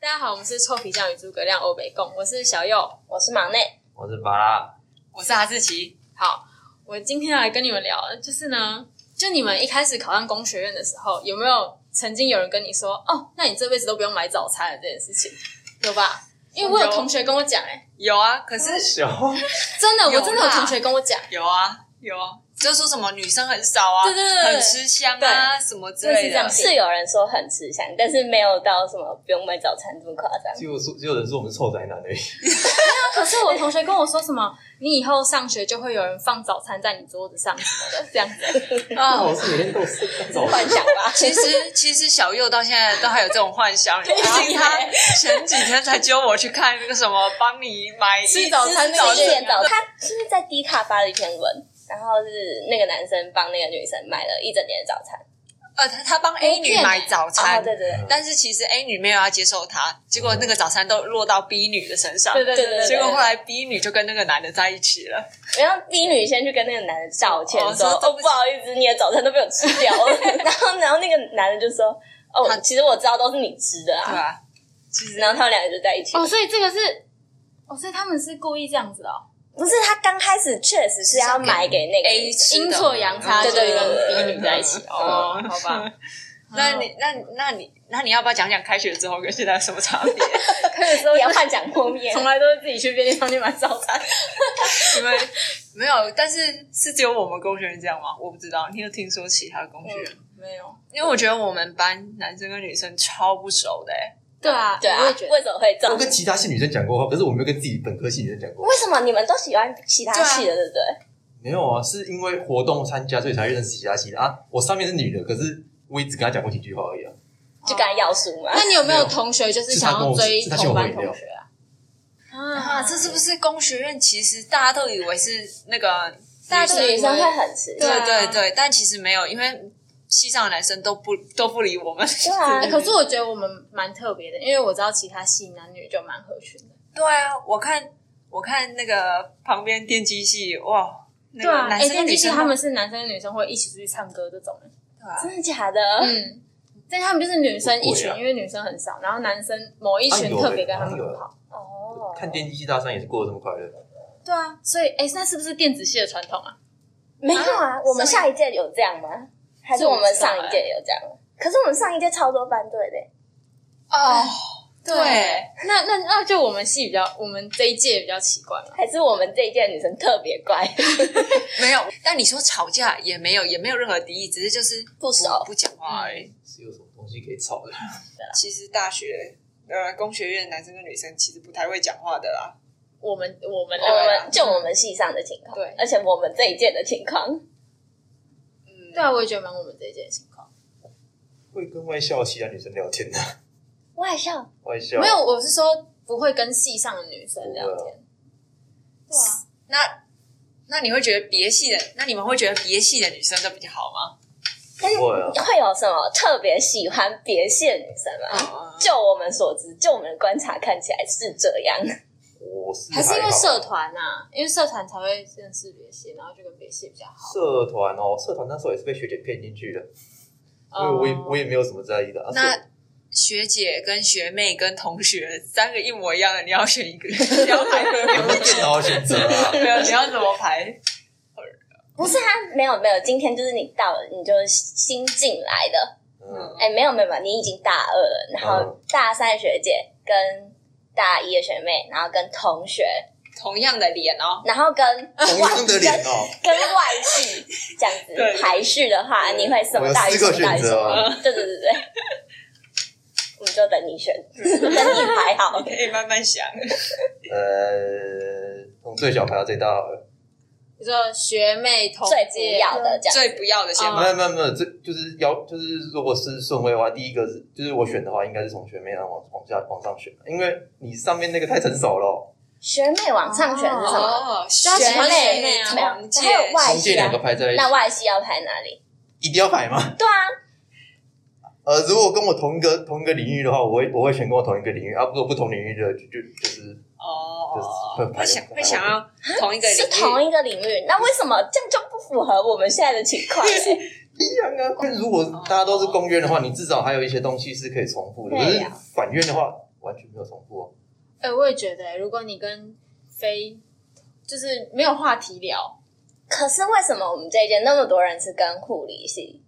大家好，我们是臭皮匠与诸葛亮欧北共，我是小右，我是忙内。我是巴拉，我是哈士奇，好，我今天要来跟你们聊，就是呢，就你们一开始考上工学院的时候，有没有曾经有人跟你说，哦，那你这辈子都不用买早餐了这件事情，有吧？因为我有有同学跟我讲、哎，有啊，可是小真的，有啊我真的有啦同学跟我讲，有啊有啊，就说什么女生很少啊，对对对对很吃香啊，什么之就是类这样的子。是有人说很吃香，但是没有到什么不用买早餐这么夸张。只有说只有人说我们是臭宅男而已。可是我同学跟我说什么， 你以后上学就会有人放早餐在你桌子上什么的，这样 子，啊我是每嗯天都是早幻想吧，其实其实小右到现在都还有这种幻想，毕竟他前几天才揪我去看那个什么，帮你买吃早餐那 早个一点店早，他是不是在低卡发了一篇文，然后是那个男生帮那个女生买了一整年的早餐。呃，他他帮 A 哎女买早哦，餐，对对对，但是其实 A 女没有要接受他，结果那个早餐都落到 B 女的身上，对对对对对，结果后来 B 女就跟那个男的在一起了。然后 B 女先去跟那个男的道歉哦说：“说对哦，不起不好意思，你的早餐都被我吃掉了。”然后，然后那个男的就说：“他哦，其实我知道都是你吃的对啊。吧？”然后他们两个就在一起。哦，所以这个是，哦，所以他们是故意这样子的哦，不是，他刚开始确实是要买给那个 A 吃的阴错阳差就对对对对跟对 B 女在一起，哦，好吧。那你那那你那你要不要讲讲开学之后跟现在有什么差别？开始之后也要幻想破灭。从来都是自己去便利商店买早餐。因为没有，但是是只有我们工学院这样吗？我不知道，你有听说其他工学院？没有，因为我觉得我们班男生跟女生超不熟的、欸，对啊，对啊，我也觉得为什么会这我样？跟其他系女生讲过话，可是我没有跟自己本科系女生讲过。为什么你们都喜欢其他系的，对不对？没有啊，是因为活动参加所以才认识其他系的啊。我上面是女的，可是我也只跟她讲过几句话而已啊。就跟他要书嘛。那你有没有同学就是想要追是他跟同我班是他跟我同学啊？啊，这是不是工学院？其实大家都以为是那个大家对女生以会为很吃，对对啊对对，但其实没有，因为系上的男生都不都不理我们。对啊哎，。可是我觉得我们蛮特别的，因为我知道其他系男女就蛮合群的。对啊，我看我看那个旁边电机系，哇，那个男哎，生跟电女机系生他们是男生跟女生会一起出去唱歌这种。对啊真的假的？嗯，但他们就是女生一群不会，啊因为女生很少，然后男生某一群特别跟他们很好。哦，看电机系大三也是过得这么快乐，对啊，所以哎，那是不是电子系的传统啊？没有啊？我们上下一届有这样吗？还是这我我不们知道上一届有这样？可是我们上一届超多班队的，哦，对。那那那就我们系比较，我们这一届比较奇怪了。还是我们这一届女生特别乖，没有，但你说吵架也没有，也没有任何敌意，只是就是不熟不讲话而嗯已。是有什么东西可以吵的？ 其实大学呃工学院男生跟女生其实不太会讲话的啦。我们我们我的嗯们就我们系上的情况，啊对而且我们这一届的情况，嗯，对啊，我也觉得蛮我们这一届的情况。会跟外校其他女生聊天的，外校外校啊没有，我是说不会跟系上的女生聊天。对啊，那那你会觉得别系的，那你们会觉得别系的女生都比较好吗？但是不会啊会有什么特别喜欢别系的女生吗？嗯，就我们所知，就我们的观察看起来是这样。我是还是因为好社团啊，因为社团才会认识别系，然后就跟别系比较好。社团哦，社团那时候也是被学姐骗进去的，哦因为我也我也也没有什么在意的。啊社那学姐跟学妹跟同学三个一模一样的，你要选一个，你要排有没有电脑的选择啊？没 有？你要怎么排？不是啊，没有没有，今天就是你到了，你就是新进来的。嗯，哎、没有没有没有，你已经大二了，然后嗯大三的学姐跟大一的学妹，然后跟同学，同样的脸哦。然后跟同外样的脸哦。跟跟外系这样对子排序的话，你会什我么有大于四什个么大于选什择么？哦，对对对对，我们就等你选，等你排好 你。可以慢慢想，呃，从最小排到最大好了。你说学妹同最不届要的这样，最不要的先哦吗？没有没有没有，这就是要就是如果是顺位的话，第一个是就是我选的话，应该是从学妹然后往往下往上选，因为你上面那个太成熟了，学妹往上选是什么？哦，学大家喜欢学妹妹啊没有同届还有外同届系啊两个？排在一起那，外系要排哪里？一定要排吗？对啊，呃，如果跟我同一个同一个领域的话，我会我会选跟我同一个领域，啊，如果不同领域的就就就是哦，就是会想会想要啊同一个领是同域，一个领域，那为什么这样就不符合我们现在的情况、欸？一样啊。因为如果大家都是公约的话，你至少还有一些东西是可以重复的，可对是呀反院的话。完全没有重复哦。哎、我也觉得、如果你跟非就是没有话题聊，可是为什么我们这一届那么多人是跟护理系？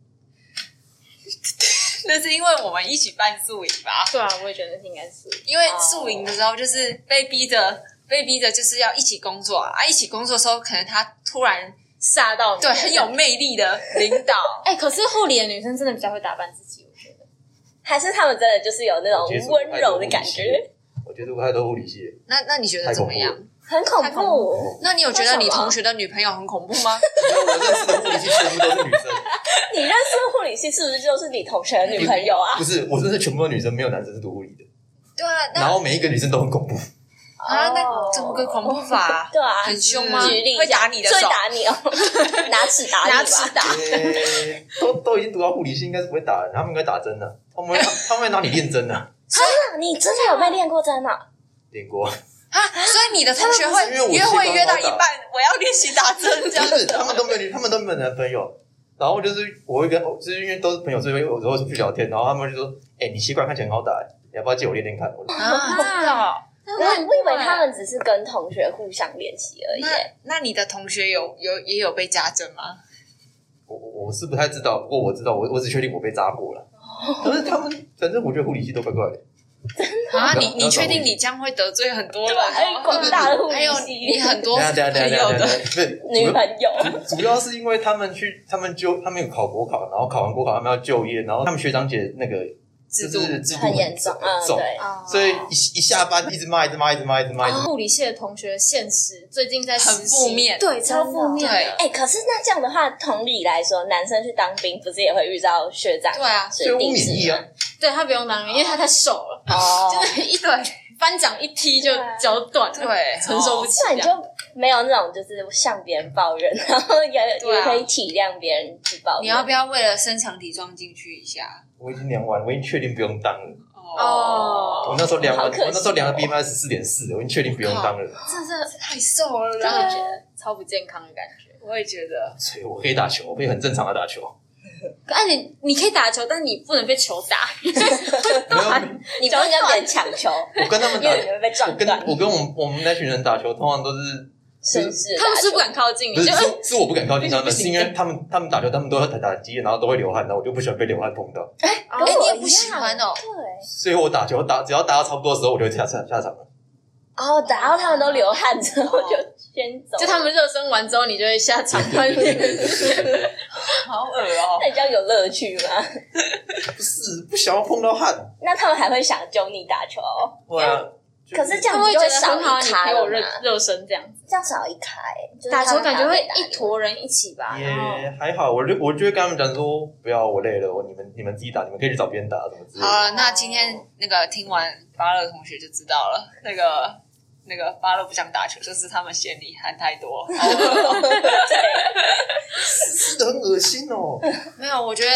那是因为我们一起办宿营吧，对啊，我也觉得应该是因为宿营的时候就是被逼着，被逼着就是要一起工作啊，啊一起工作的时候，可能他突然吓到 你，，对很有魅力的领导哎、可是护理的女生真的比较会打扮自己，我觉得。还是他们真的就是有那种我接触温太多柔的感护理觉系，了我接触过太多护理系了，那那你觉得太怎恐么怖样了？。很恐太恐怖。那你有觉得你为什么同学的女朋友很恐怖吗？我认识的护理系全部都是女生，你认识护理系是不是就是你同学的女朋友啊不？是，我认识全部都是女生，没有男生是读护理的。对啊，那然后每一个女生都很恐怖，啊哦那怎么个恐怖法？对啊，很凶吗？举例一下会打你的所以手，打你哦，拿尺打你吧，拿尺打。欸都都已经读到护理系，应该是不会打人，他们应该打针的、他们会他们会拿你练针的、啊，啊你真的有被练过针啊？练过，啊，所以你的同学会他们不是约约我会是约到帮一他打半，我要练习打针这 就样是子哦他们都没有，他们都没有男朋友。然后就是我会跟，哦就是因为都是朋友，所以有时候出去聊天，然后他们就说：“哎、你吸管看起来很好打、你要不要借我练练看？”我就啊，真的哦。我以为他们只是跟同学互相练习而已那耶。那你的同学有有也有被加针吗？我我我是不太知道，不过我知道，我我只确定我被扎过了。哦可是他们，反正我觉得护理系都怪怪的，啊，那你那你确定你将会得罪很多人对啊哦？哎广大的护理系还有你很多等一下朋等一下等一下友等一下等一的，下，不是女朋友，主要是因为他们去，他们就他们有考国考，然后考完国考他们要就业，然后他们学长姐那个制就度是制度很严重，嗯，重对，啊所以一一下班一直骂，一直骂，一直骂，一直骂，一直哦骂护理系的同学现实最近在很实习负面对，超负面对的。哎、可是那这样的话，同理来说，男生去当兵不是也会遇到学长对啊所以学我弟免疫制吗？啊，对他不用当兵，因为他太瘦了，哦，就是一对班长一踢就对啊脚短了，对承受不起啊这那你样。就没有那种就是向别人抱怨，然后也、对啊也可以体谅别人去抱怨。你 要不要为了身强体壮进去一下？我已经量完，我已经确定不用当了。哦我那时候量完，好可惜哦我那时候量的 BMI 十四点四，我已经确定不用当了，真的是太瘦了真的觉啦！得嗯超不健康的感觉。我也觉得，所以我可以打球，我可以很正常的打 球。可哎，你你可以打球，但你不能被球打。没有，你不能跟别人抢 球，我跟他们啊因为你啊打，会被我撞跟断，我跟我们我们那群人打球，通常都是绅士打他们是球不敢靠近你，不是就是是我不敢靠近他不们，行是因为他们他们打球，他们都要打打击，然后都会流汗，然后我就不喜欢被流汗碰到，哎哎，你跟我也一不喜样欢哦。对，所以我打球打只要打到差不多的时候，我就会下下下场了。哦，打到他们都流汗之后就先走，哦就他们热身完之后，你就会下 场。好恶哦！那你这样有乐趣吗？不是不想要碰到汗，那他们还会想揪你打球哦，对啊。就可是这他样们你会就觉得少很好，啊一你卡陪了我嘛热热身这样子。这样少一卡哎，就是打他球们感觉会还打一坨人一起吧，然后也还好，我就我就会跟他们讲说，不要我累了，我你们你们自己打，你们可以去找别人打，怎么之类好啊的。了，那今天那个听完巴乐同学就知道了，那个那个巴乐不想打球，就是他们嫌你汗太多。吃的很恶心哦。 没有，我觉得，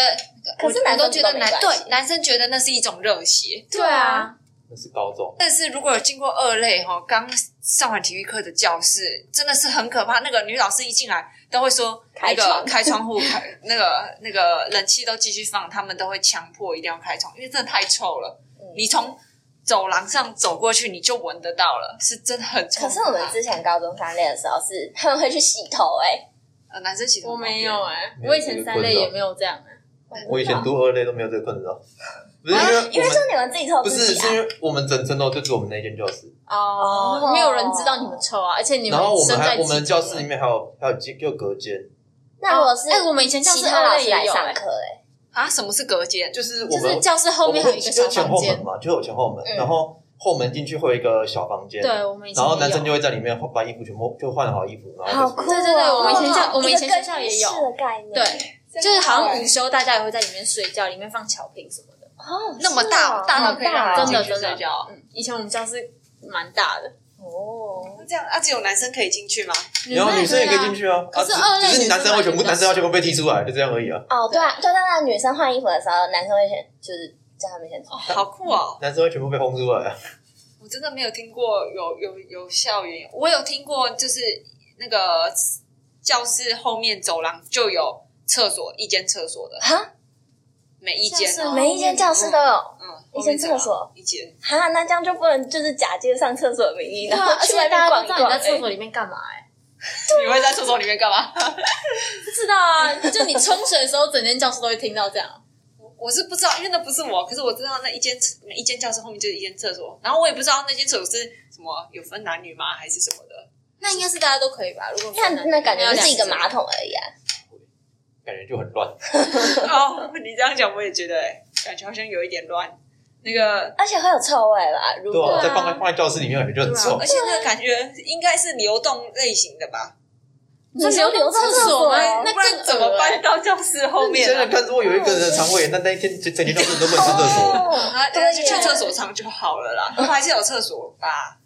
可是男我生都觉得不都没男关系对男生觉得那是一种热血，对啊，那是高中，但是如果有经过二类哈，刚上完体育课的教室真的是很可怕。那个女老师一进来都会说，开那个 窗开窗户开那个那个冷气都继续放，他们都会强迫一定要开窗，因为真的太臭了。嗯你从走廊上走过去，你就闻得到了，是真的很臭。可是我们之前高中三类的时候是他们会去洗头哎、呃男生洗头我没有哎，没有我以前三类也没有这样啊。我以前读二类都没有这个困扰，不是因啊为因我为就们你们自己臭不自是己啊是因为我们整层楼就只有我们那间教室，哦哦，没有人知道你们臭啊，而且你们然后我们身在还其我们中教室里面还有还有间又隔间，那如果是哎，我们以前教其室他二老类师来也有上哎，课哎、啊？什么是隔间？就是我就们是教室后面还有一个就小是前后房门间。嘛，就有前后门，嗯然后后门进去会有一个小房间，对，我们以前然后也男生有就会在里面把衣服全部就换好衣服，然后好就出酷、哦！对来对对我们以前教我们以前一个更学校也衣有室的概念，对，就是好像午休大家也会在里面睡觉，里面放巧瓶什么的。哦，那么是大，哦大到可以让好大人哦真进的去睡觉。嗯，以前我们教室蛮大的，哦，那这样啊，只有男生可以进去吗？然后女生也可以进去。去啊，可啊，是只二类只是男生要全女部，生男生要全部被踢出来，就这样而已啊。哦，对啊，就当那女生换衣服的时候，男生会先就是叫他们先哦脱，好酷哦！男生会全部被轰出来啊。我真的没有听过有有有校园，我有听过就是那个教室后面走廊就有厕所，一间厕所的。哈，每一间像是哦，每一间教室都有嗯，一间厕所，一间，哈，那这样就不能就是假借上厕所的名义，然后啊而去且外面大家都知逛一道你逛、在厕欸。所里面干嘛、哎，你会在厕所里面干嘛？ 不知道啊，就你冲水的时候，整间教室都会听到这样。我是不知道，因为那不是我，可是我知道那一间每一间教室后面就是一间厕所，然后我也不知道那间厕所是什么，有分男女吗，还是什么的？那应该是大家都可以吧？如果那那感觉就是一个麻马桶而已啊，感觉就很乱。哦，你这样讲我也觉得、欸，感觉好像有一点乱。那个，而且会有臭味吧？如对果啊，对啊啊在放在放在教室里面，感觉就很臭而。且那个感觉应该是流动类型的吧？那你要留厕所吗？那不然更哎怎么办？搬到教室后面、想啊？想看，如果有一个人的肠胃炎，那那一天整整天教室都不能上厕 所。哦啊，对那就去耶厕所上就好了啦，还是有厕所吧？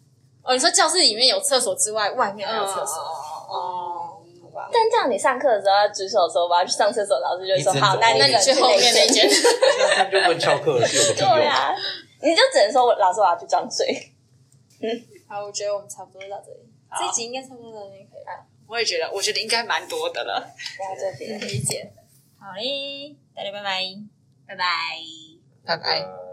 哦，你说教室里面有厕所之外，外面还有厕所，哦，好吧。但这样你上课的时候要举手说我要去上厕所，老师就会说你只能好，走那后那面个人去后面那那间。那他就不能翘课了，是有个屁对用。啊，你就只能说我老师我要去装睡。好，我觉得我们差不多到这里，好这一集应该差不多到这里可以吧？我也觉得，我觉得应该蛮多的了。然后就别人理解。好嘞，大家拜拜。拜拜。拜拜。呃